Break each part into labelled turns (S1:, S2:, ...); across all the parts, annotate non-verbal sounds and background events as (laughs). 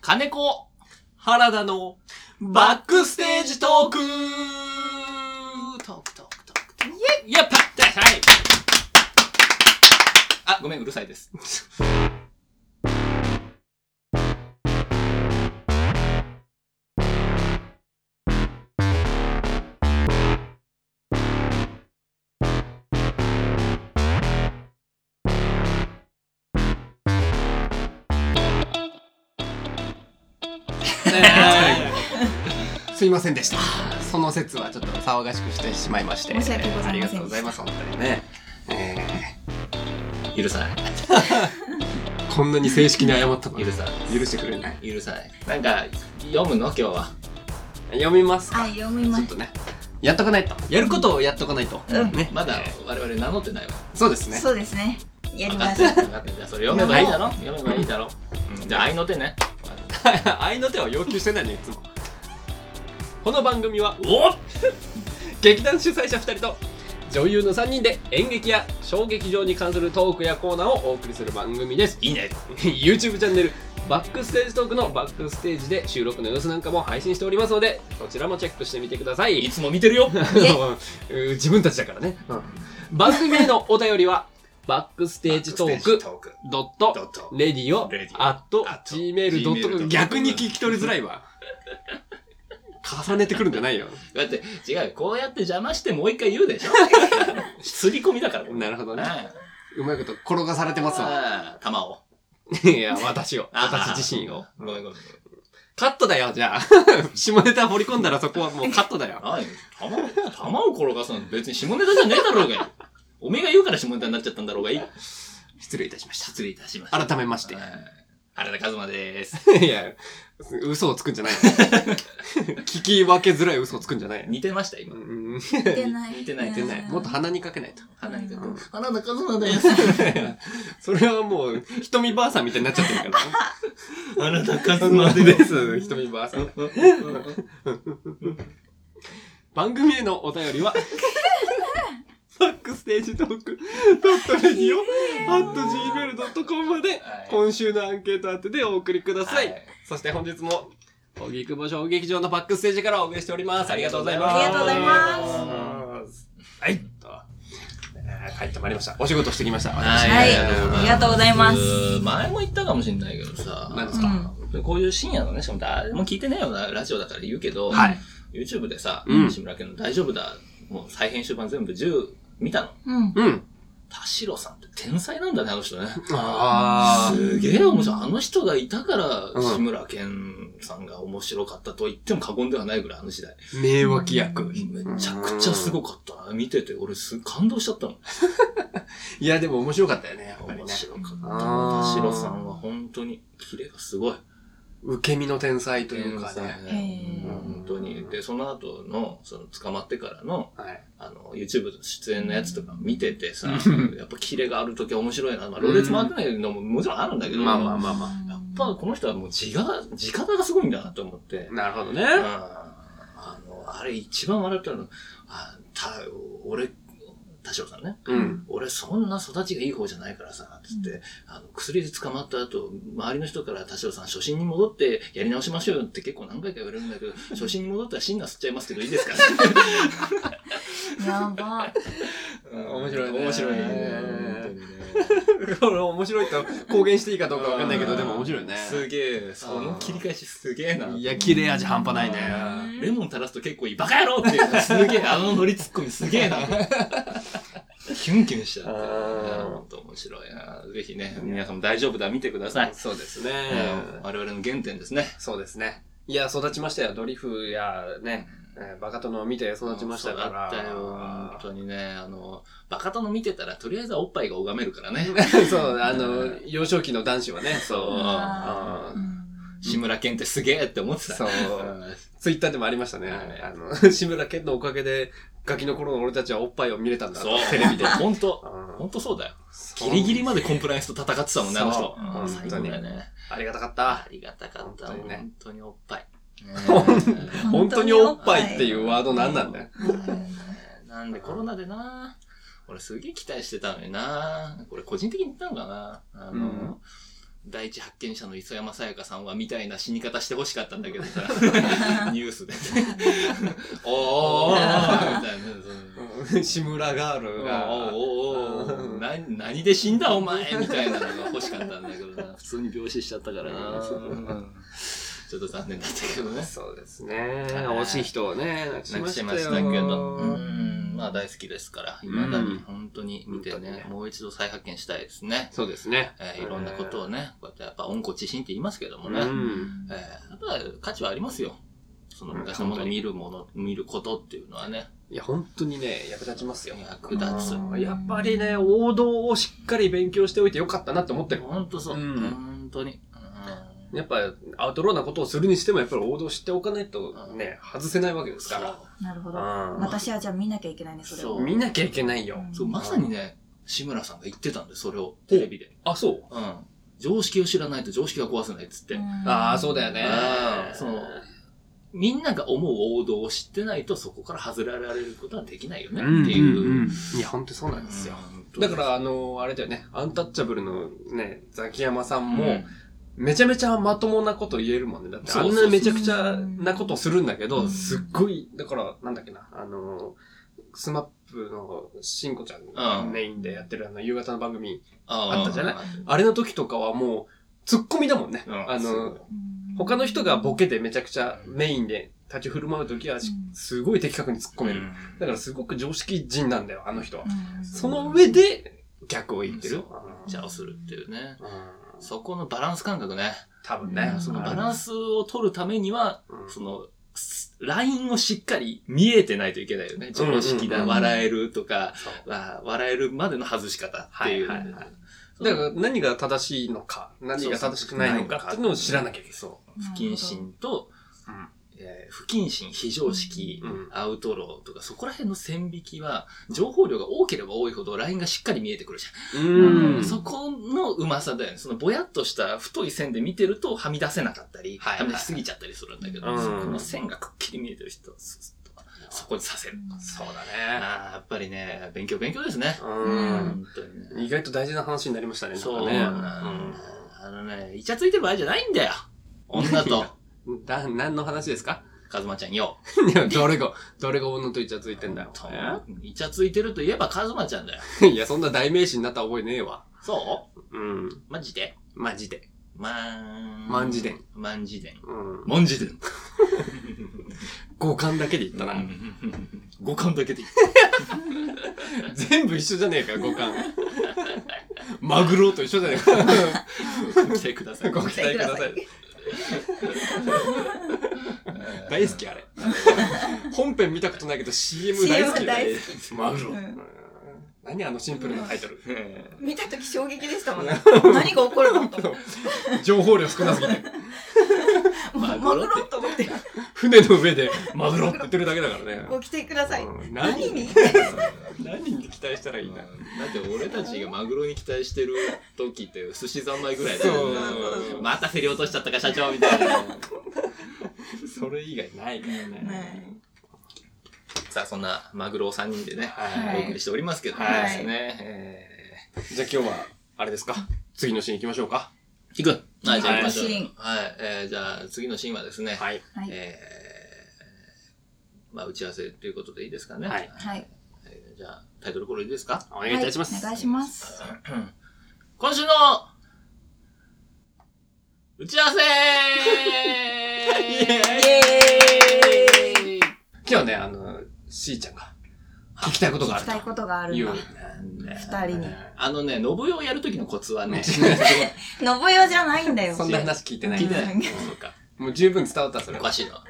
S1: 金子
S2: 原田のバックステージトーク
S1: トークトークトークトーク。イェイやっぱったはいあ、ごめん、うるさいです。
S2: すいませんでした。その説はちょっと騒がしくしてしまいまして。
S3: 申し訳ございませんでした
S2: ありがとうございます、本当にね。え
S1: 許さ (laughs) ない。
S2: ーこんなに正式に謝ったのに
S1: 許さない。
S2: 許してくれない。
S1: 許さない。なんか、読むの今日は。
S2: 読みますか
S3: はい、読みま
S2: ちょっ
S3: す。
S2: とね、やっとかないと。やることをやっとかないと。
S3: うん
S2: ね。
S1: まだ我々名乗ってないわ。
S2: そうですね。
S3: そうですね。やり
S1: 分
S3: ま
S1: かっ
S3: しょ
S1: て
S3: う
S1: る。分かってる。じゃあそれ読めばいいだろ読めばいいだろうんじゃあ、愛の手ね。
S2: (laughs) 愛の手は要求してないね、いつも。この番組は
S1: おっ
S2: 劇団主催者2人と女優の3人で演劇や小劇場に関するトークやコーナーをお送りする番組です
S1: いいね。
S2: (laughs) YouTube チャンネルバックステージトークのバックステージで収録の様子なんかも配信しておりますのでそちらもチェックしてみてくださ
S1: い
S2: い
S1: つも見てるよ
S2: うん (laughs) 自分たちだからね、 (laughs) 番組へのお便りはバックステージトーク
S1: ーク。
S2: ドッ
S1: ド
S2: ト
S1: ット
S2: レディオ
S1: radio
S2: アット
S1: gmail.com
S2: gmail.com 逆に聞き取りづらいわ重ねてくるんじゃ (laughs) ないよ
S1: だって、違うよ。こうやって邪魔してもう一回言うでし
S2: (laughs)
S1: ょ。すり込みだから。
S2: なるほどね
S1: あ
S2: うまいこと転がされてますわ。
S1: あ、玉を。
S2: (laughs) いや、私を。
S1: あ
S2: 私自身を。
S1: ごめんごめん。
S2: カットだよ、じ (laughs) ゃあ。下ネタ掘り込んだらそこはもうカットだよ。 (laughs)
S1: 何玉を、玉を転がすの別に下ネタじゃねえだろうがよ。おめえが言うから下ネタになっちゃったんだろうがいい。
S2: 失礼いたしました。
S1: 失礼いたしました。
S2: 改めまして。
S1: 原田和馬です。
S2: (laughs) いや、嘘をつくんじゃない。 (laughs) 聞き分けづらい嘘をつくんじゃない。
S1: 似てました、
S2: う
S1: 今。
S2: ん (laughs) 似
S3: 似てない。
S1: 似てない似
S2: てない。もっと鼻にかけないと。
S1: 花井君
S2: うん
S1: 原田和馬です。
S2: それはもう、瞳ばあさんみたいになっちゃってるから。
S1: 原田
S2: (laughs)
S1: 和
S2: そう
S1: 馬
S2: で
S1: です。
S2: す。瞳ばあさん。番組へのお便りは、 (laughs) バックステージトーク、ドットレディオ、アット gmail.com まで、今週のアンケート宛てでお送りください。
S1: はい
S2: そして本日も、荻窪小劇場のバックステージからお送りしております。ありがとうございます。。
S3: ありがとうございます
S2: はい。とえー帰ってまいりました。お仕事してきました。私
S3: はいありがとうございます
S1: 前も言ったかもしれないけどさ、
S2: 何ですか
S1: こういう深夜のね、しかも誰も聞いてねえようなラジオだから言うけど、
S2: はい。
S1: YouTube でさ、
S2: うん
S1: 志村けんの大丈夫だ、もう再編集版全部10見たの。
S3: うん。
S2: うん。
S1: 田代さんって天才なんだね、あの人
S2: (laughs)
S1: ね。
S2: あー。
S1: すげえ面白い。あの人がいたから、
S2: うん
S1: 志村けんさんが面白かったと言っても過言ではないぐらい、あの時代。
S2: 名脇役。
S1: めちゃくちゃすごかったな。見てて、俺す、感動しちゃったの。
S2: いや、でも面白かったよね、やっぱり
S1: 面
S2: ね。
S1: 白かった。
S2: あ
S1: 田
S2: ー
S1: 代さんは本当に、キレがすごい。
S2: 受け身の天才
S1: と
S2: とい
S1: いうう
S2: か
S1: か
S2: ね。
S1: ね。
S3: へ
S2: ー
S1: 本当に。で、その後の、その、捕まってからの、
S2: はい。
S1: あの、YouTube の出演のやつとか見ててさ
S2: う、
S1: やっぱキレがある時は面白いな。まあ、ロレツ回ってないのももちろんあるんだけど、
S2: まあまあまあま
S1: やっぱこの人はもう自我、自方がすごいんだなと思って
S2: あ。。なるほどね。
S1: うんあの、あれ一番笑ったの、あ、た、俺、田代さんね。
S2: うん。
S1: 俺そんな育ちがいい方じゃないからさ、つって、あの、薬で捕まった後、周りの人から田代さん初心に戻ってやり直しましょうよって結構何回か言われるんだけ
S2: (laughs)
S1: ど、初心に戻ったらシンナー吸っちゃいますけどいいですか
S3: やば。
S2: 面白いね
S1: 面白いね。
S2: これ面白いと公言していいかどうかわかんないけど、でも面白いね。
S1: すげえ、その切り返しすげえな。
S2: いや、切れ味半端ないね。
S3: うん
S1: レモン垂らすと結構いい、バカ野郎っていうのすげえ、あのノリツッコミすげ
S2: (laughs)
S1: えな。キュンキュンしちゃって。
S2: あ
S1: 本当面白いな。ぜひね、皆さんも大丈夫だ、見てください。
S2: そうですね。
S1: うん我々の原点ですね。
S2: そうですね。いや、育ちましたよ。ドリフやね、えーバカ殿を見て育ちましたか
S1: 育
S2: ら。
S1: ったよ、本当にね。あの、バカ殿見てたら、とりあえずはおっぱいが拝めるから
S2: (laughs)
S1: ね。
S2: (laughs) そう、あの、幼少期の男子はね、
S1: そう
S2: そう。あー
S1: 志村けんってすげえって思ってた。
S2: そう
S1: うん
S2: ツイッターでもありましたね。
S1: はい
S2: あの、 (laughs) 志村けんのおかげで、ガキの頃の俺たちはおっぱいを見れたんだ。
S1: そう、
S2: テレビで。
S1: 本当
S2: うん
S1: 本当そうだよ。
S2: そう
S1: ギリギリまでコンプライアンスと戦ってたもんね、あの人。
S2: そう
S1: うん最高だよね。
S2: ありがたかった
S1: あ。りがたかった。
S2: 本当にね
S1: 本当におっ
S2: (laughs)
S1: ぱい。
S2: 本当におっぱいっていうワードなんなんだよ。
S1: なんでコロナでな、俺すげえ期待してたのにな、これ個人的に言ったのかな、あの、第一発見者の磯山さやかさんはみたいな死に方してほしかったんだけど (laughs) さニュース (laughs) でねおーおーおーおーみたいなその
S2: うん志村ガールが
S1: おーおーおーな何で死んだお前みたいなのが欲しかったんだけど (laughs) な普通に病死しちゃったからな
S2: うん
S1: ちょっと残念だったけどね
S2: そうですね惜しい人をね亡くし
S1: な
S2: ま
S1: くし
S2: し
S1: ま
S2: た
S1: した
S2: よ
S1: けど、うん、まあ大好きですから、いまだ
S2: うん
S1: に本当に見て
S2: 本当にね
S1: ね、もう一度再発見したいですね。
S2: そうですね
S1: えーいろんなことをね、こうやってやっぱ温故知新って言いますけども
S2: う
S1: ね、え
S2: ん
S1: ーやっぱ価値はありますよ。その昔のものを見るもの、見ることっていうのはね、
S2: いや本当にね役立ちますよ
S1: 役立つ。
S3: うん
S2: やっぱりね王道をしっかり勉強しておいてよかったなって思ってる
S1: ほんとそう。
S2: うん
S1: 本当に。うん
S2: やっぱアウトローなことをするにしてもやっぱり王道を知っておかないとね外せないわけですか
S3: なるほど。
S2: らうん
S3: 私はじゃあ見なきゃいけないね、それ
S1: そ
S3: を。
S1: う
S2: 見なきゃいけないよ
S3: うん
S1: そう、まさにね、志村さんが言ってたんで、それを、テレビで。
S2: あそう
S1: うん。常識を知らないと常識が壊せないっつって。
S2: ああそうだよね
S1: あーそうみんなが思う王道を知ってないとそこから外れられることはできないよねっていう。
S2: いや本当そうなんですよ
S1: うん
S2: だか、らあのあれだよねアンタッチャブルのねザキヤマさんも、
S1: も
S2: めちゃめちゃまともなこと言えるもんね。だってあ
S1: そうんそう
S2: な
S1: そう
S2: めちゃくちゃなことするんだけ
S3: う
S2: ど、
S3: ん
S2: すっごい、だから、なんだっけな、あの、スマップのしんこちゃんが
S1: うん
S2: メインでやってるあの夕方の番組、
S1: あ
S2: あったじゃない
S1: い
S2: あれの時とかはもう、ツッコミだもんね。
S1: うん
S2: あ
S1: そう
S2: の、他の人がボケでめちゃくちゃメインで立ち振る舞う時はし
S3: うん
S2: すごい的確に突っ込める。だ
S1: か
S2: からすごく常識人なんだよ、あの人は。
S3: うん
S2: その上で逆を言って
S1: う
S2: る
S1: ん。ら、茶をするっていうね。
S2: うん
S1: そこのバランス感覚ね。
S2: 多分ね
S3: う。ん
S1: そのバランスを取るためには、
S2: うん
S1: その、s- ラインをしっかり見えてないといけないよね。常識
S2: うん
S1: だ、
S3: うんうん
S1: 笑えるとか、
S2: そう
S1: わ笑えるまでの外し方っていう。
S2: はいはいはいだから何が正しいのか、何が正しくないのかっていうのを知らなきゃいけない。
S1: そう。不謹慎と、えー不謹慎、非常識、
S2: うん
S1: アウトローとか、そこら辺の線引きは、情報量が多ければ多いほど、ラインがしっかり見えてくるじゃん。
S3: うん
S1: そこのうまさだよね。そのぼやっとした太い線で見てると、はみ出せなかったり、
S2: はい
S1: はみ出しすぎちゃったりするんだけど、
S2: うん
S1: そこの線がくっきり見えてる人、ススッとそこにさせる。
S2: そう
S1: あ
S2: だ
S1: ーやっぱりね、勉強勉強ですね。
S2: ね。
S1: 本当にね。
S2: うん。意外と大事な話になりましたね。
S1: そう
S2: な
S1: なんん
S2: か
S1: だ
S2: ね。
S1: あのね、イチャついてる場合じゃないんだよ。女
S2: (laughs)
S1: と、
S2: うんだ、何の話ですか (laughs)
S1: カズマちゃんよ。
S2: いやどれが、どれが女とイチャついてんだよ。
S1: イチャついてるといえばカズマちゃんだよ。
S2: いや、そんな代名詞になった覚えねえわ。
S1: そう
S2: うん。
S1: マジで
S2: マジで。
S1: まーん。
S2: 万事伝。
S1: 万事伝。
S2: うん。
S1: 万事伝。
S2: 五感だけで言ったな。
S1: 五感だけ
S2: (laughs)
S1: でいい。
S2: 全部一緒じゃねえか、五感。マグロと一緒じゃねえか。
S1: ご期待ください。
S2: ご期待ください。大好きあれ。本編見たことないけど CM 大好き。
S3: CM 大好
S2: き。マグロ。
S3: うん
S2: うん何あのシンプルなタイトル。
S3: 見た時衝撃でしたもんね。何が起こるの
S2: (laughs)
S3: と思っ
S2: 情報量少なすぎて。
S3: て。マグロって思って。
S2: 船の上でマグロって言ってるだけだからね。
S3: ご期待ください。
S2: うん
S3: 何に
S2: 何に期待したらいいんだ
S1: だって俺たちがマグロに期待してる時って寿司三昧ぐらいだ
S2: そ
S1: よ
S2: う
S1: ね。また競り落としちゃったか社長みたいな。
S2: それ以外ないから
S3: ない
S2: ね。
S1: さあそんなマグロを3人でね、
S2: はい
S1: お送りしておりますけども
S2: はい
S1: ですね。えー
S2: じゃあ今日は、あれですか次のシーン行きましょうか。
S1: 行くはい、じゃあ行きましょう。は
S3: シー
S1: い
S3: ン、
S1: えーじゃあ次のシーンはですね、
S2: はい。
S3: はい
S1: えーまあ打ち合わせということでいいですかね。
S2: はい
S3: はい。
S1: えーじゃあタイトルコールいいですか
S2: お願いいたしま
S3: はい
S2: す。
S3: お願いします。
S1: 今週の打ち合わせ
S2: イエーイ
S1: イエーイ
S2: 今日ね、あの、しーちゃんが聞きたいことがあ
S3: 聞
S2: る
S3: きたい
S2: と
S3: ことがある
S2: い
S3: ん
S2: う
S3: だ。。
S1: なんだよ
S3: 二人に。
S1: あのね、信代をやるときのコツはね、
S3: のぼよじゃないんだよ。
S2: そんな話聞いてない
S1: 聞いてない。
S3: うん
S1: そうか。
S2: もう十分伝わった、それ
S1: お
S2: は
S1: か。しいな。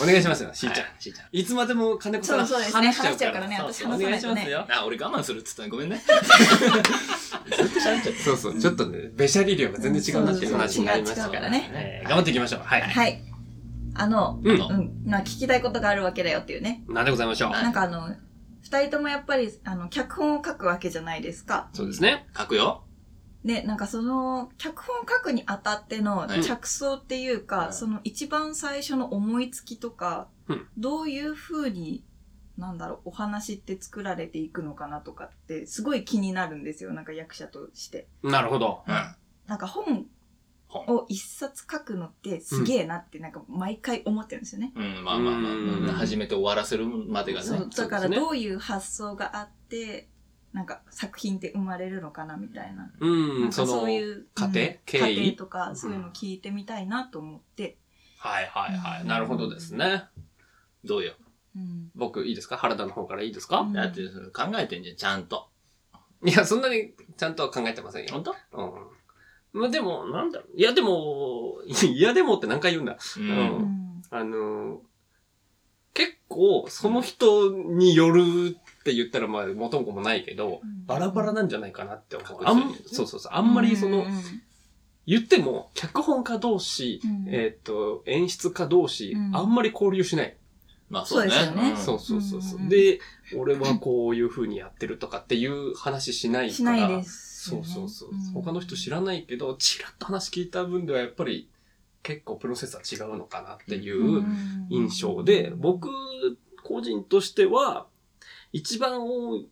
S2: お願いしますよ、しーちゃん。
S1: はいしーちゃん。
S2: いつまでも金子さん
S3: そうそうですね
S2: 話しちゃうから
S3: 話しち
S2: そ
S3: ゃうからね私
S2: うそうお願い
S3: 話
S2: し
S3: さないとね
S2: ますよ。
S1: あ、俺我慢するっつったのごめ (laughs) んね。ずっと喋っちゃっ
S2: そうそう、ちょっとね、べしゃり量が全然違うなっていう話になりました。
S3: そうそう違う違うからね
S2: えー頑張っていきましょう。はい。
S3: はい。あの、
S2: う
S1: た。
S2: ん
S1: あ
S3: う
S1: の
S3: ん。まあ聞きたいことがあるわけだよっていうね。
S2: なんでございましょう。
S3: なんかあの、二人ともやっぱり、あの、脚本を書くわけじゃないですか。
S2: そうですね。
S1: 書くよ。
S3: ね、なんかその、脚本を書くにあたっての
S1: はい
S3: 着想っていうか、
S1: うん
S3: その一番最初の思いつきとか、
S2: うん
S3: どういう風になんだろうお話って作られていくのかなとかってすごい気になるんですよなんか役者として。
S2: なるほど。
S1: うん。
S3: なんか本
S1: 本。
S3: を一冊書くのってすげえなってなんか毎回思ってるんですよね。
S1: うん、まあまあまあ、
S2: うん
S1: うん始めて終わらせるまでが
S3: そ
S1: ね
S3: う。だか
S2: そう
S3: ら
S2: ですね
S3: どういう発想があってなんか作品って生まれるのかなみたいな。
S2: うん、
S3: なん
S2: そ
S3: か
S2: の、
S3: そう
S2: はい
S3: いう
S2: 過程
S3: うん
S2: 経
S3: 過
S2: 緯
S3: 程とかそういうの聞いてみたいなと思って。
S2: はいはい。なるほどですね。
S1: どうよ。
S3: うん
S2: 僕、いいですか原田の方からいいですか
S3: うん
S1: だってそれ考えてんじゃん、ちゃんと。
S2: いや、そんなにちゃんとは考えてませんよ。
S1: 本当
S2: うん。まあでも、なんだろう。いやでも、 (laughs) いやでもって何回言うんだ。
S1: う。
S2: うん
S3: うんん
S2: あの、結構、その人によるって言ったら、まあ、元も子もないけど、バラバラなんじゃないかなって思う。あん
S1: 確実に
S2: そうそうそう。あんまりその
S3: うん、
S2: 言っても、脚本家同士、
S3: うん
S2: えっと、演出家同士、
S3: うん
S2: あんまり交流しない。
S1: まあそうね。
S3: そうですよね
S1: ん
S2: そうそうそうそう
S3: うんうんうん
S2: で、俺はこういう風にやってるとかっていう話しないから。
S3: しないです
S2: そ
S3: よ
S2: う
S3: ね。
S2: そうそう。
S3: ん
S2: 他の人知らないけど、ちらっと話聞いた分ではやっぱり結構プロセスは違うのかなっていう印象で、僕個人としては、一番多い、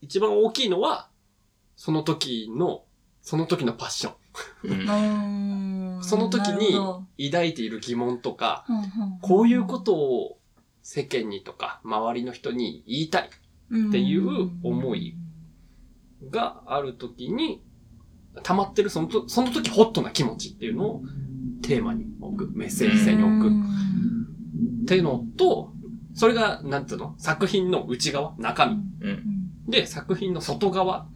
S2: 一番大きいのは、その時の、その時のパッション。
S1: うん
S2: そ
S3: そ
S2: の時に抱いている疑問とか、こ
S3: こ
S2: ういうことを世間にとか周りの人に言いたいっていう思いがあるときに、溜まってるそのとその時ホットな気持ちっていうのをテーマに置く、メッセージ性に置くっていうのと、それが、なんていうの作品の内側、中身。
S1: うん。
S2: で、作品の外側。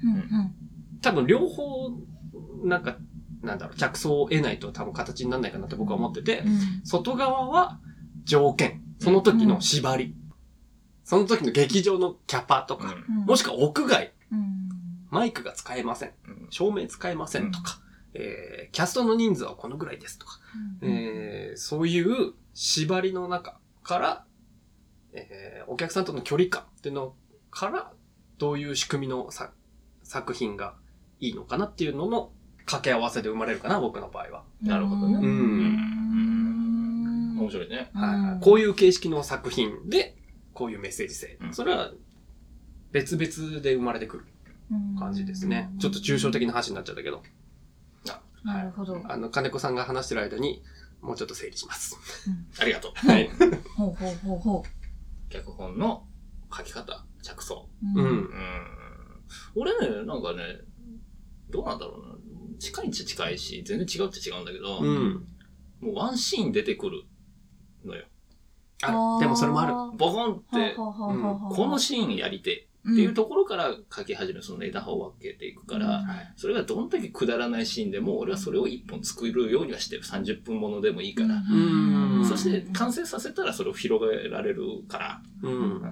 S2: 多分両方、なんか、なんだろう、着想を得ないと多分形にならないかなって僕は思ってて、外側は条件。その時の縛り。その時の劇場のキャパと
S1: う
S2: か、
S1: ん
S2: もしくは屋外、マイクが使えません。照明使えませんとか、えー、キャストの人数はこのぐらいですとか、えー、そういう縛りの中から、えー、お客さんとの距離感っていうのから、どういう仕組みのさ作品がいいのかなっていうのの掛け合わせで生まれるかな、僕の場合は。
S1: なるほどね
S2: うん
S1: うん面白いね。
S2: はいはい
S3: うん
S2: こういう形式の作品で、こういうメッセージ性
S1: う。ん
S2: それは、別々で生まれてくる感じですね。ちょっと抽象的な話になっちゃったけど、
S3: なるほど。
S2: あの、金子さんが話してる間に、もうちょっと整理します。
S1: ありがとう。
S2: はい。
S3: ほうほうほうほ
S1: 脚本の書き方、着想。
S3: う。
S2: う。
S1: うんん。俺ね、なんかね、どうなんだろうな。近いっちゃ近いし、全然違うっちゃ違うんだけど、
S2: うん。
S1: もうワンシーン出てくるのよ。
S2: あ、でもそれもある。
S1: ボコンって、
S3: ほうほうほうほう
S1: このシーンやりて
S3: っ
S1: っていうところから書き始める、その枝葉を分けていくから、それがどんだけくだらないシーンでも、俺はそれを一本作るようにはしてる。30分ものでもいいから。
S2: うん
S1: そして完成させたらそれを広げられるから、
S2: うん。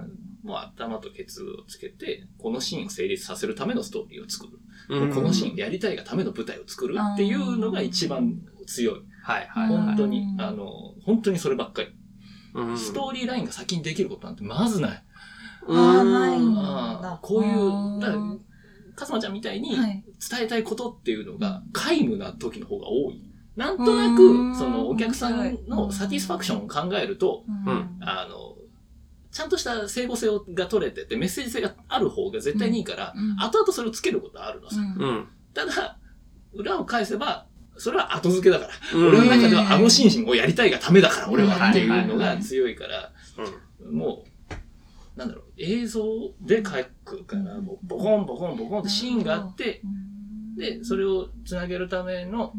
S1: もう頭とケツをつけて、このシーンを成立させるためのストーリーを作る。
S2: うん
S1: このシーンをやりたいがための舞台を作るっていうのが一番強い。
S2: はいはいは
S1: 本
S2: い。
S1: 当に
S3: う、ん
S1: あの、本当にそればっかり。
S2: うん
S1: ストーリーラインが先にできることなんてまずない。
S3: あーない
S2: うんん
S3: だ
S1: こういうだ
S3: うん
S1: かすまちゃんみたいに
S3: はい
S1: 伝えたいことっていうのが皆無な時の方が多い。なんとな
S3: うーん
S1: く、そのお客さんのサティスファクションを考えると、
S2: ん
S1: あの、ちゃんとした整合性が取れててメッセージ性がある方が絶対にいいから、
S3: うんうん
S1: 後々それをつけることはあるのさ。
S2: うん。
S1: ただ、裏を返せば、それは後付けだから。
S2: うん
S1: 俺の中ではあのシーンをやりたいがためだから、俺はっていうのが強いから、
S2: う
S1: もう、なんだろう、映像で描くから、もうボコンボコンボコンってシーンがあって、で、それをつなげるための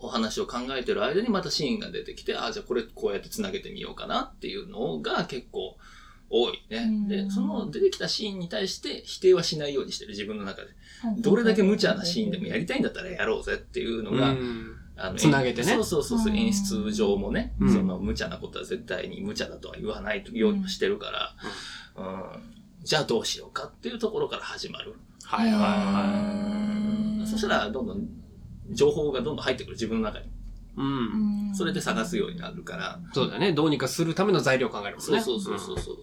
S1: お話を考えてる間にまたシーンが出てきて、ああ、じゃあこれこうやってつなげてみようかなっていうのが結構多いね。で、その出てきたシーンに対して否定はしないようにしてる、自分の中で。どれだけ無茶なシーンでもやりたいんだったらやろうぜっていうの
S2: ん。う
S1: が、
S2: ん
S1: あの
S2: つなげてね
S1: そうそうそうそう、
S3: うん
S1: 演出上もね、
S2: うん
S1: その無茶なことは絶対に無茶だとは言わないようにもしてるから、うんじゃあどうしようかっていうところから始まる。
S2: はいはいは
S3: うん
S1: そしたら、どんどん情報がどんどん入ってくる、自分の中に。
S2: い。うん。
S1: それで探すようになるから、
S2: そうだね。どうにかするための材料を考えるもん
S1: そう
S2: ね。
S1: そうそうそうそう。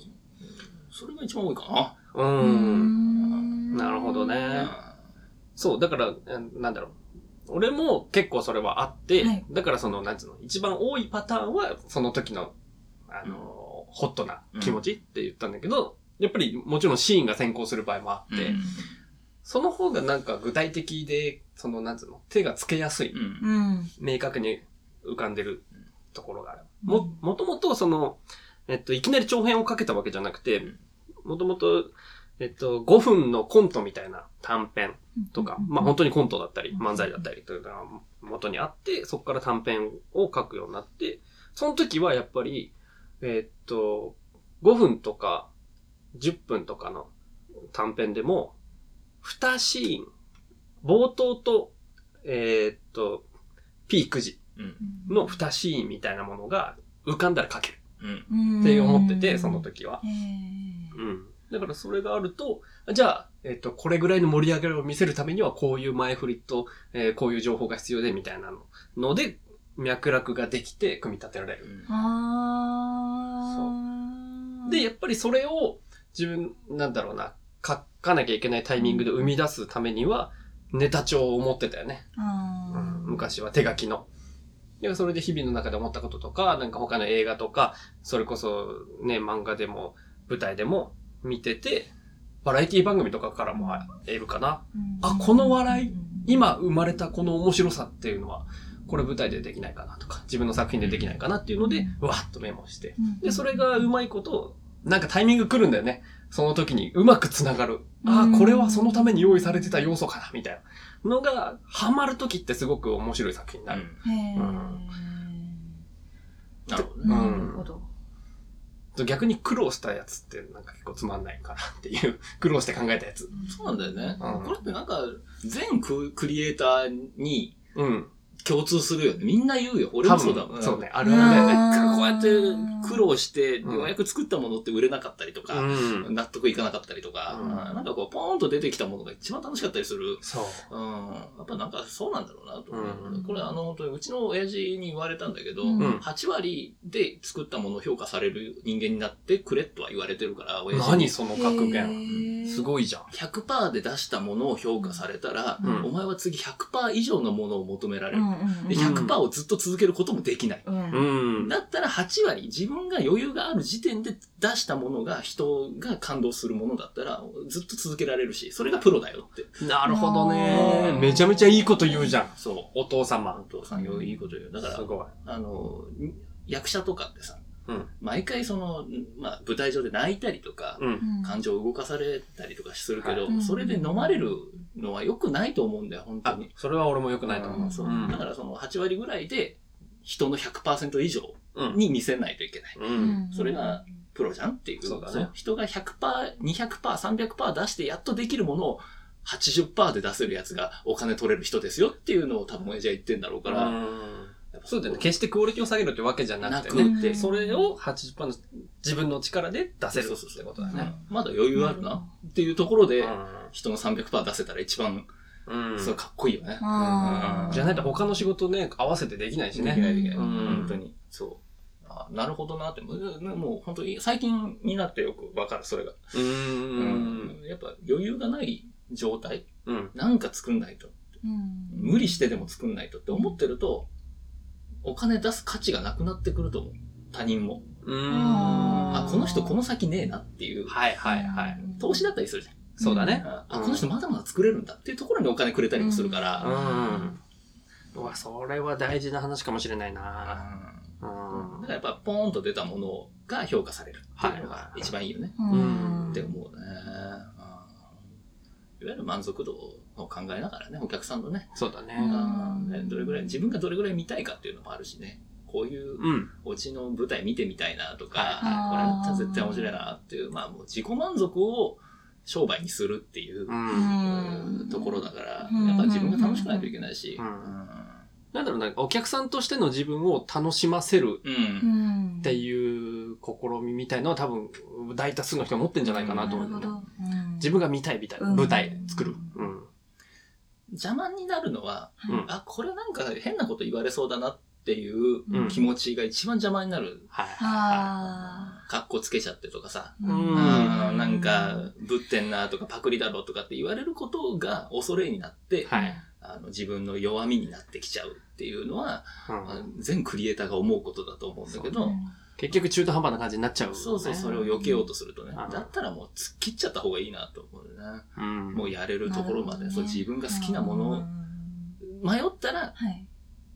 S1: それが一番多いかな。
S2: うん。うん。なるほどね。
S1: う
S2: そう、だから、うんなんだろう。俺も結構それはあって、
S3: はい
S2: だからその、なんつうの、一番多いパターンは、その時の、あの、ホットな気持ちって言ったんだけど、やっぱりもちろんシーンが先行する場合もあって、
S1: うん
S2: その方がなんか具体的で、その、なんつうの、手がつけやすい、
S1: うん
S3: うん。
S2: 明確に浮かんでるところがある。
S3: うん
S2: も、もともとその、えっと、いきなり長編をかけたわけじゃなくて
S1: うん、
S2: もともと、えっと、5分のコントみたいな短編とか、まあ本当にコントだったり、
S3: うん
S2: 漫才だったりというのが元にあって、そこから短編を書くようになって、その時はやっぱり、えーっと、5分とか10分とかの短編でも、2シーン、冒頭と、えーっと、ピーク時
S1: うん
S2: の2シーンみたいなものが浮かんだら書ける
S1: うん
S3: うん
S2: って思ってて、その。時は。
S3: へえ
S2: うん。だからそれがあると、じゃあ、えっ、と、これぐらいの盛り上がりを見せるためには、こういう前振りと、えーこういう情報が必要で、みたいなの。ので、脈絡ができて、組み立てられる。
S3: あー
S2: で、やっぱりそれを、自分、なんだろうな、書かなきゃいけないタイミングで生み出すためには、ネタ帳を持ってたよね。
S3: あ
S2: う
S3: ー
S2: ん、昔は手書きの。でそれで日々の中で思ったこととか、なんか他の映画とか、それこそね、漫画でも舞台でも見てて、バラエティ番組とかからも得るかな。
S3: うん
S2: あこの笑い、今生まれたこの面白さっていうのは、これ舞台でできないかなとか、自分の作品でできないかなっていうので、わーっとメモして。で、それがうまいこと、なんかタイミング来るんだよね。その時にうまく繋がる。あ
S3: うん
S2: あ、これはそのために用意されてた要素かな、みたいなのが、ハマる時ってすごく面白い作品になる。
S3: へえ
S2: うん
S1: なるほどね。
S3: なるほど。
S2: 逆に苦労したやつってなんか結構つまんないかなっていう、 (laughs) 苦労して考えたやつ。
S1: そうなんだよね。
S2: うん
S1: これってなんか、全ククリエイターに
S2: うん。
S1: 共通するよね。みんな言うよ。俺もそうだもん。
S2: そうね、ある
S1: うん。
S2: あるだよね。
S1: なんかこうやって苦労して、
S2: うん
S1: ようやく作ったものって売れなかったりとか、
S2: うん。
S1: 納得いかなかったりとか、
S2: うん
S1: なんかこう、ポーンと出てきたものが一番楽しかったりする。
S2: そう。
S1: うん。やっぱなんかそうなんだろうなと思う。
S2: うん
S1: これあの、本当にうちの親父に言われたんだけど、
S3: うん
S1: 8割で作ったものを評価される人間になってくれとは言われてるから、親父
S2: 何
S1: に。
S2: その格言。
S3: 言
S2: す
S3: い。
S2: ごいじゃん。
S1: 100%で出したものを評価されたら、
S2: うん
S1: お前は次100%以上のものを求められ
S3: う
S1: る。
S3: んうん
S1: で100%をずっと続けることもできない。
S3: うんうん
S2: ん
S1: だったら8割、自分が余裕がある時点で出したものが人が感動するものだったらずっと続けられるし、それがプロだよって。
S2: なるほど
S3: あー
S2: ね。めちゃめちゃいいこと言うじゃん。
S1: そ
S2: お父
S1: う。お
S2: 様。
S1: 父さんよ、いいこと言う。だか
S2: す
S1: ら、
S2: ごい。
S1: あの、役者とかってさ、
S2: うん
S1: 毎回その、まあ、舞台上で泣いたりとか、
S2: うん。
S1: 感情を動かされたりとかするけど、
S3: はい
S1: それで飲まれるのは良くないと思うんだよ、本当
S2: あ
S1: に。、
S2: それは俺も良くないと思う。
S1: うんそう
S2: うん
S1: だからその8割ぐらいで人の100%以上
S2: うん。
S1: に見せないといけない。
S2: うん。
S1: それが、プロじゃんっていう。
S2: そうだね
S1: 人が100%、200%、300%出してやっとできるものを80%で出せるやつがお金取れる人ですよっていうのを多分親父は言ってんだろうから。やっぱ
S2: そうだよね。決してクオリティを下げるってわけじゃなくて
S1: な
S2: ね。
S1: くて
S2: それを80%の自分の力で出せる
S1: そうそう
S2: っ
S1: そう
S2: てことだね。
S1: まだ余裕あるなっていうところで、
S2: うん
S1: 人の300%出せたら一番、
S2: うん
S1: それかっこいいよね。
S3: あー
S2: じゃないと他の仕事ね、合わせてできないし
S1: でき
S2: ね。
S1: ないできない。
S2: うん
S1: 本当に。そう。あなるほどなって。もうもう本当に最近になってよくわかる、それが。
S2: う。
S1: うんやっぱ余裕がない状態、
S2: うん。
S1: なんか作んないと。
S3: うん
S1: 無理してでも作んないとって思ってると、お金出す価値がなくなってくると思う。他人も。
S2: うん。
S1: あ、この人この先ねえなっていう。
S2: はいはいはい。
S1: 投資だったりするじゃん。
S2: そうだね。
S1: あ、
S2: うん
S1: この人まだまだ作れるんだっていうところにお金くれたりもするから。
S2: う
S1: うん
S2: ん。うわ、それは大事な話かもしれないな。う
S1: だか
S2: ん。
S1: らやっぱポーンと出たものが評価されるっていうのが一番いいよね。
S3: うん
S1: って思うね。うんいわゆる満足度を考えながらね、お客さんのね、
S2: そうだ
S1: う
S2: ね。
S1: んねどれぐらい、自分がどれぐらい見たいかっていうのもあるしね、こういう
S2: うん。
S1: おちの舞台見てみたいなとか、これ
S3: は
S1: だっ
S3: い
S1: たら絶対面白いなっていう、まあもう自己満足を商売にするっていう
S2: う。
S3: うんん
S1: ところだから、
S3: うん
S1: やっぱ自分が楽しくないといけないし、
S2: うんなんだろうな、お客さんとしての自分を楽しませる
S1: うん。
S3: う
S1: うん
S3: ん
S2: っていう試みみたいのは多分、大多数の人が持ってんじゃないかなと思う
S3: る
S2: んだ
S3: ほ
S2: よね、
S3: どうん
S2: 自分が見たいみたいな、
S3: うん
S2: 舞台作る。うん。
S1: 邪魔になるのは、
S2: うん。
S1: あ、これなんか変なこと言われそうだなっていう
S2: うん
S1: 気持ちが一番邪魔になる。
S2: はい。
S3: あ
S1: かっこつけちゃってとかさ、
S3: ー
S2: うん
S1: う、
S2: うんん
S1: なんか、ぶってんなとかパクリだろとかって言われることが恐れになって、
S2: はい。
S1: あの自分の弱みになってきちゃうっていうのは、
S2: うん
S1: まあ全クリエイターが思うことだと思うんだけど、
S3: うん
S2: 結局中途半端な感じになっちゃう、
S1: そうそう、それを避けようとするとね。だったらもう突っ切っちゃった方がいいなと思うね。
S2: うん。
S1: もうやれるところまで、
S3: なる
S1: そ
S3: ほど
S1: う
S3: ね
S1: 自分が好きなものを、迷ったら
S3: はい。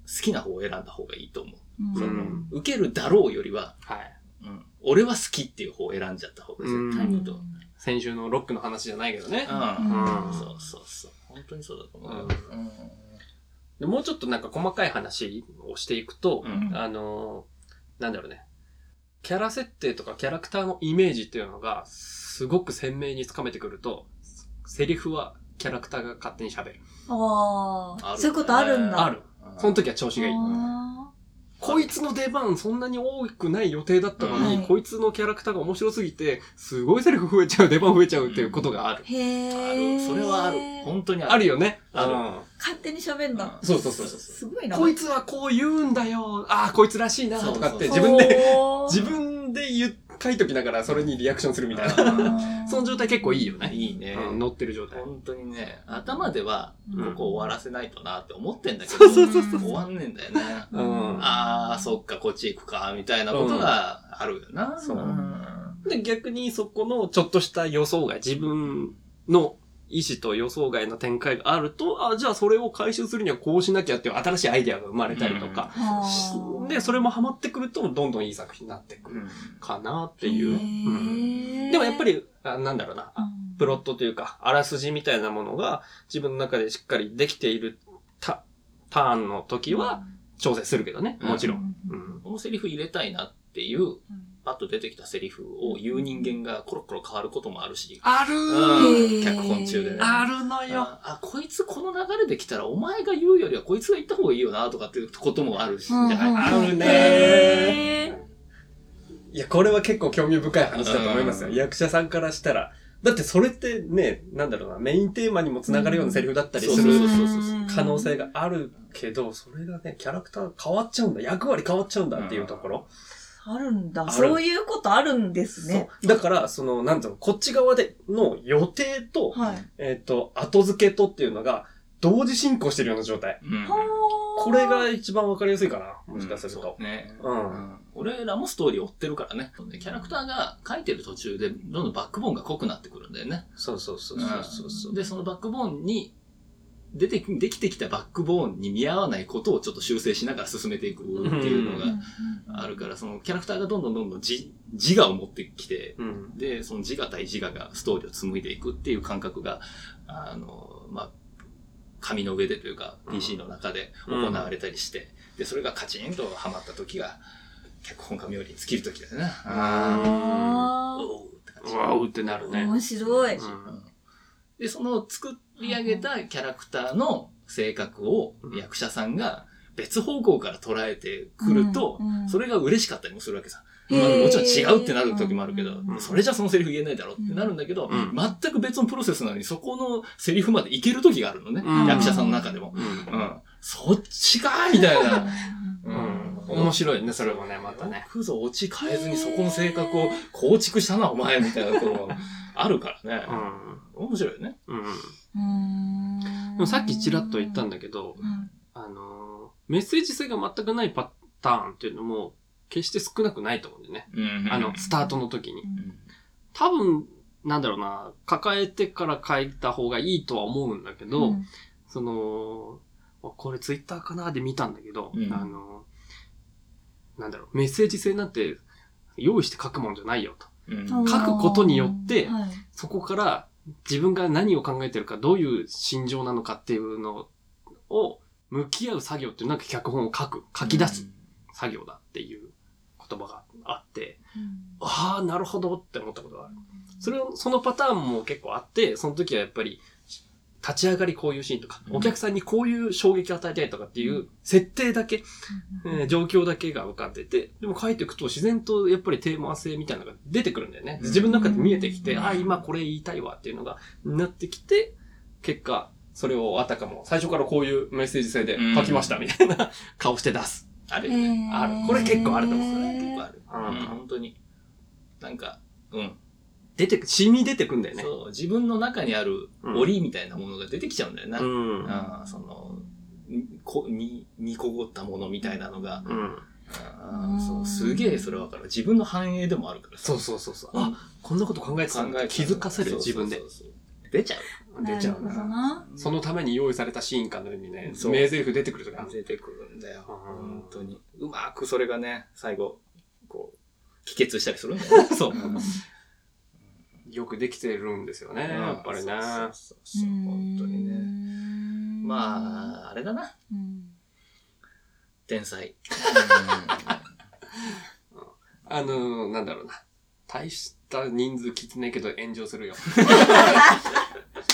S1: 好きな方を選んだ方がいいと思う。
S3: うん
S1: その
S2: ん、
S1: 受けるだろうよりは、
S2: はい。
S1: うん、俺は好きっていう方を選んじゃった方が絶対いいと思う。
S2: 先週のロックの話じゃないけどね。
S1: うん
S2: うん
S1: そうそうそう。本当にそうだと思う。
S2: う
S1: うん
S2: でもうちょっとなんか細かい話をしていくと、
S1: うん
S2: あのーなんだろうね。キャラ設定とかキャラクターのイメージっていうのが、すごく鮮明につかめてくると、セリフはキャラクターが勝手に喋る。
S4: あ
S1: あ
S4: あ、
S1: る
S4: そういうことあるんだ。
S2: ある。その時は調子がいい。
S4: あ
S2: こいつの出番そんなに多くない予定だったのに、
S4: うん
S2: こいつのキャラクターが面白すぎて、すごいセリフ増えちゃう、出番増えちゃうっていうことがある。
S4: ーへ
S1: あ
S4: え。
S1: るそれはある。本当に
S2: ある
S1: よ。
S2: よね。
S1: ある
S2: うん
S4: 勝手に喋んだ。
S2: そうそうそうそう
S3: すごいな。
S2: こいつはこう言うんだよ、ああ、こいつらしいな、とかって
S1: そう
S2: 自分で、
S4: おー
S2: 自分で言う、書いときながらそれにリアクションするみ (laughs) たいな。
S1: あ
S3: (laughs)
S2: その状態結構いいよ
S1: ー
S2: ね。
S1: いいね。
S2: うん乗ってる状態。
S1: 本当にね、頭では
S4: うん
S1: ここ終わらせないとなって思ってんだけど、
S2: そう
S4: そうそう
S1: 終わんねえんだよね。
S2: うん
S1: ああ、そっか、こっち行くか、みたいなことがあるよな。
S2: そうんで、逆にそこのちょっとした予想外、自分の意思と予想外の展開があると、ああ、じゃあそれを回収するにはこうしなきゃっていう新しいアイデアが生まれたりとか。
S4: あ
S2: し
S4: ー
S2: で、それもハマってくると、どんどんいい作品になってくるかなっていう。うんでもやっぱ、
S4: へ
S2: り、あなんだろうな、
S4: ー
S2: プロットというか、あらすじみたいなものが自分の中でしっかりできているタターンの時は、調整するけどね、もちろん。うん
S1: このセリフ入れたいなっていう、パッと出てきたセリフを言う人間がコロコロ変わることもあるし、
S2: ある
S4: へ
S1: うん
S4: ー
S1: 脚本中でね。
S2: あるのよ。
S1: ああこいつこの流れで来たらお前が言うよりはこいつが言った方がいいよなとかっていうこともあるし、じゃ
S4: うん
S1: ない
S2: あるね
S4: へー
S2: いや、これは結構興味深い話だと思いますよ。
S1: うん
S2: 役者さんからしたら。だってそれってね、なんだろうな、メインテーマにもつながるようなセリフだったり
S1: そう
S2: す
S1: そう
S2: る
S1: そうそう
S2: 可能性があるけど、それがね、キャラクター変わっちゃうんだ、役割変わっちゃうんだっていうところ。
S3: あるんだ。
S2: る
S3: そういうことあるんですね。
S2: そう。だから、その、なんだろうの、こっち側での予定と、
S3: はい。
S2: えっ、と、後付けとっていうのが、同時進行してるような状態。
S1: うん
S2: これが一番わかりやすいかな、もしかす
S1: う
S2: る
S1: んそ
S2: と。
S1: うね。
S2: うん
S1: 俺らもストーリー追ってるからね。キャラクターが書いてる途中で、どんどんバックボーンが濃くなってくるんだよね。
S2: そうそうそう
S1: うんで、そのバックボーンに、出てき、できてきたバックボーンに見合わないことをちょっと修正しながら進めていくっていう
S4: う
S1: の
S4: ん
S1: があるから、そのキャラクターがどんどんどんどん自自我を持ってきて、
S2: うん。
S1: で、その自我対自我がストーリーを紡いでいくっていう感覚が、あの、まあ、紙の上でというか、
S2: うん
S1: PC の中で行われたりして、で、それがカチンとハマった時が、脚本が妙に尽きる時だよね。
S2: あ
S4: あ
S1: おうって感じ。
S2: ー。わうってなる
S4: ー
S2: ね。
S4: 面白い。
S2: うん
S1: で、その作り上げたキャラクターの性格を
S2: うん
S1: 役者さんが別方向から捉えてくると、
S4: うんうん
S1: それが嬉しかったりもするわけさ。
S4: へ
S1: まあ、
S4: ー
S1: もちろん違うってなる時もあるけど、
S4: うん
S1: それじゃそのセリフ言えないだろってなるんだけど、
S2: うん
S1: 全く別のプロセスなのにそこのセリフまでいける時があるのね、
S2: うん
S1: 役者さんの中でも。
S2: うん
S1: うん。そっちかーみたいな。う
S2: うん。面白いね、それもね、また
S1: よ
S2: ね。
S1: くぞ落ち変えずにそこの性格を構築したな、お前みたいなところがあるからね。
S2: うん。
S1: 面白いよね。
S2: うん。で
S4: うん
S2: もさっきちらっと言ったんだけど、
S4: うん
S2: あのー、メッセージ性が全くないパターンっていうのも、決して少なくないと思うんだよね。あの、スタートの時に。多分、なんだろうな、抱えてから書いた方がいいとは思うんだけ
S4: う
S2: ど、
S4: ん
S2: その、あこれツイッターかなで見たんだけど、
S1: うん
S2: あの、なんだろう、メッセージ性なんて用意して書くもんじゃないよと。
S1: うん
S4: うん
S2: 書くことによって
S4: はい
S2: そこから自分が何を考えてるか、どういう心情なのかっていうのを向き合う作業っていうのが脚本を書く、書き出す。作業だっていう言葉があって、ああ、なるほどって思ったことがある。それを、そのパターンも結構あって、その時はやっぱり、立ち上がりこういうシーンとか、
S1: うん
S2: お客さんにこういう衝撃を与えたいとかっていう設定だけ、えー状況だけが浮かんでて、でも書いていくと自然とやっぱりテーマ性みたいなのが出てくるんだよね。
S1: うん
S2: 自分の中で見えてきて、
S1: うん
S2: ああ、今これ言いたいわっていうのがなってきて、結果、それをあたかも最初からこういうメッセージ性で書きましたみたいな顔して出す。
S1: ある
S4: へ
S1: よね。
S4: ー
S2: あるこれ結構あると思うんです
S1: 結構ある。
S2: う
S1: うんん、本当に。なんか、うん。
S2: 出てく、染み出てくんだよね。
S1: そう、自分の中にある檻みたいなものが出てきちゃうんだよな。
S2: うん。
S1: あーその、にこに、煮こごったものみたいなのが、
S2: うん。
S1: あーそうすげえそれわかる。自分の繁栄でもあるからさ
S2: そうそうそうそう。あ、こんなこと考えてたんだ
S1: 考え
S2: って気づかせる自分で
S1: そう。そうそう出ちゃう。
S2: 出ちゃう
S4: なるほど
S2: な。
S4: な。
S2: そのために用意されたシーンかのようにね、
S1: そう
S2: 名台詞出てくるとか。
S1: 出てくるんだよ。
S2: うん
S1: 本当に。うまくそれがね、最後、こう、帰結したりするんだよね。
S2: (laughs) そ
S1: う。
S2: う
S1: ん
S2: よくできてるんですよね、やっぱり
S1: そう
S2: ね。
S1: そうそうそう本当にね。
S4: ねあ、
S1: まあ、あれだな。
S4: うん
S1: 天才。
S2: あのー、なんだろうな。大した人数来てないけど炎上するよ。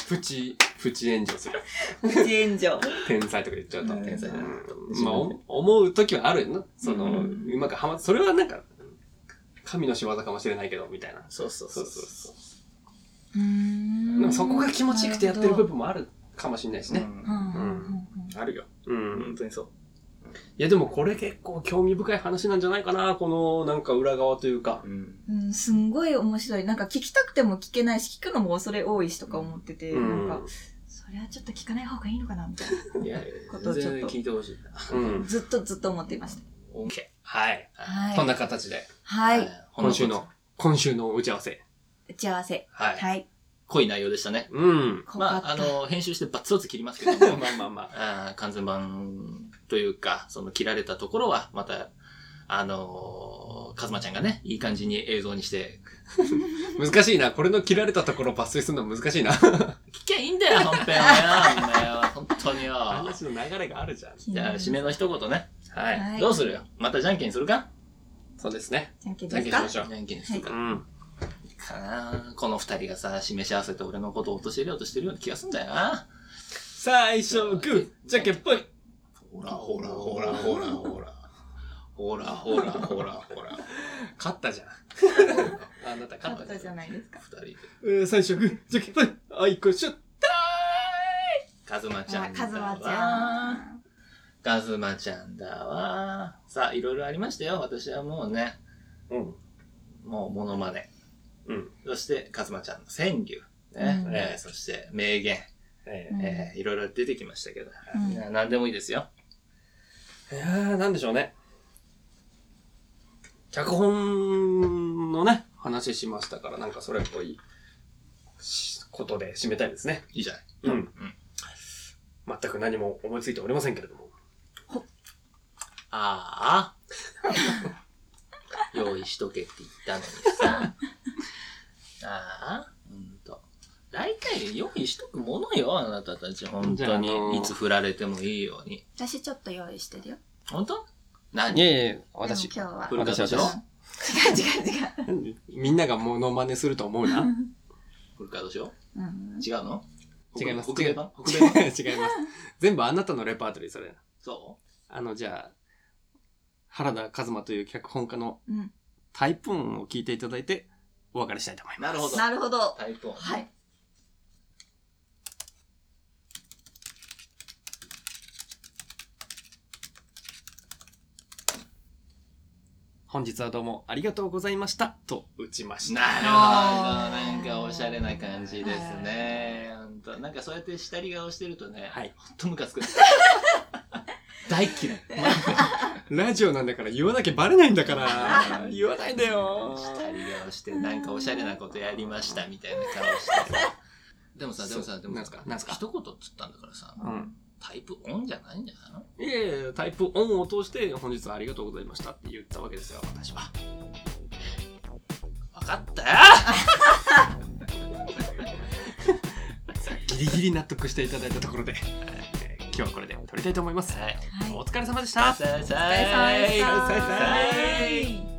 S2: プチ、プチ炎上する。
S3: プチ炎上。
S2: 天才とか言っちゃうと。
S3: うん
S1: 天才だな。
S2: うんまあ、お思う時はあるよな。その、う
S3: うん
S2: まくはまそれはなんか、神の仕業かもしれないけど、みたいな。
S1: そうそうそう
S2: そう
S1: そう
S4: ーん
S2: なんかそこが気持ちよくてやってる部分もあるかもしれないし
S1: う。う
S2: ね。
S4: う
S1: ん
S4: んうんうん
S1: あるよ。
S2: うん。
S1: 本当にそう。
S2: いや、でもこれ結構興味深い話なんじゃないかな。この、なんか裏側というか。
S1: うん。
S4: うん。うん、すんごい面白い。なんか聞きたくても聞けないし、聞くのも恐れ多いしとか思ってて、
S2: うん。
S4: なんか、それはちょっと聞かない方がいいのかな、みたい
S1: いやいや、
S3: こと
S1: 全
S3: をちょっと
S1: 然聞いてほしいな。
S2: うん
S4: な。ずっとずっと思っていました。
S1: オッケ
S2: はい。
S4: はい。
S2: こんな形で、
S1: ー。
S4: は。
S1: はいい
S2: 今週の。、今週の打ち合わせ。
S4: 打ち合わせ。
S2: はい。
S4: はい。
S1: 濃い内容でしたね。
S2: うん。
S4: 濃か
S1: ま
S4: っ
S1: あ、あ
S4: た。
S1: の、編集してバッツオツ切りますけども。 (laughs)
S2: まあまあまあ。
S1: あー完全版というか、その切られたところは、また、あのー、カズマちゃんがね、いい感じに映像にして、
S2: 難しいな。これの切られたところ抜粋するの難しいな。
S1: 聞きゃいいんだよ、本編はよ、お前は本当によ。
S2: (laughs) 話の流れがあるじゃん。
S1: じゃあ、締めの一言ね。はい。
S4: はい
S1: どうするよまたじゃんけんするか
S2: そうですね。
S4: じゃんけん
S2: じゃ
S4: で
S2: んけ
S4: す
S2: んし
S4: か
S2: ましょう。
S1: じゃんけんするか。
S2: うん。
S1: かなこの二人がさ、示し合わせて俺のことを陥れようとしてるような気がすんだよな。
S2: 最初、グー、じゃんけんぽい。
S1: ほらほらほらほらほら。ほらほらほらほら。
S2: 勝ったじゃん。あなた勝
S3: カ
S2: ったじ
S3: ッ
S2: ゃ
S3: ト
S2: ん。
S3: じゃないですか。
S1: 二人で。
S2: えー最初、グー、じゃんけんぽい。あいこしょ。
S1: カズマちゃ
S4: あ
S1: んだ
S4: カズマ
S1: わ。
S4: ちゃん。
S1: ガズマちゃんだわ。さあ、いろいろありましたよ。私はもうね、
S2: うん。
S1: もうモノマネ。
S2: うん。
S1: そして、カズマちゃんの川柳。ね。
S4: うん
S1: えーそして、名言。
S2: え
S4: うん
S1: えーいろいろ出てきましたけど。
S4: うん
S1: いや何でもいいですよ。
S2: ー、いやー、なんでしょうね。脚本のね、話しましたから、なんかそれっぽいしことで締めたいですね。
S1: いいじゃない。
S2: うん。全く何も思いついておりませんけれども。
S1: ああ。用意しとけって言ったのにさ。ああ。うんと。大体用意しとくものよ、あなたたち。本
S2: じゃあ
S1: 当
S2: あの
S1: に。
S2: ー
S1: いつ振られてもいいように。
S4: 私ちょっと用意してるよ。
S1: 本当何
S2: いやいやいや、
S4: でも
S2: 私。
S4: 今日は。
S1: 古川
S2: 私
S1: でしょ
S2: 私
S4: 違う違う違う。
S2: (laughs) みんながモノマネすると思うな。
S1: 古川でしょ
S4: うん
S1: 違うの
S2: 違います。
S1: 北米
S2: 違いま
S1: 版
S2: す。
S1: 北
S2: 違い
S1: 米
S2: ま
S1: 版
S2: す。全部あなたのレパートリー、それ。
S1: そ
S2: あの、じゃあ、原田和馬という脚本家の
S4: うん
S2: タイプ音を聞いていただいて、お別れしたいと思いうま
S1: な
S2: す。
S1: るほど。
S4: なるほど。
S1: タイプ音。
S4: はい。
S2: 本日はどうもありがとうございました。と打ちました。
S1: なるほど。なんかおしゃれな感じですね。ほんとなんかそうやって下り顔してるとね、
S2: はい。
S1: ほんとムカつ
S2: (laughs)
S1: く。 (laughs) 大嫌い。
S2: ラジオなんだから言わなきゃバレないんだから (laughs)
S1: あ。ー
S2: 言わないんだよ。
S1: 下り顔して、なんかおしゃれなことやりましたみたいな顔して。でもさ、でも
S2: そ
S1: さ、
S2: う
S1: でも
S2: なんすかなんすか
S1: 一言っつったんだからさ、
S2: うん。
S1: タイプオンじゃないんじゃないの
S2: いやいやタイプオンを通して本日はありがとうございましたって言ったわけですよ、私は。
S1: わかったよ
S2: ギリギリ納得していただいたところで、えー今日はこれで撮りたいと思います。
S1: はい。
S4: はい
S2: お疲れ様でし
S1: さあ
S2: た。
S1: さあ
S4: お疲れ様でした。
S2: さよなら
S4: はい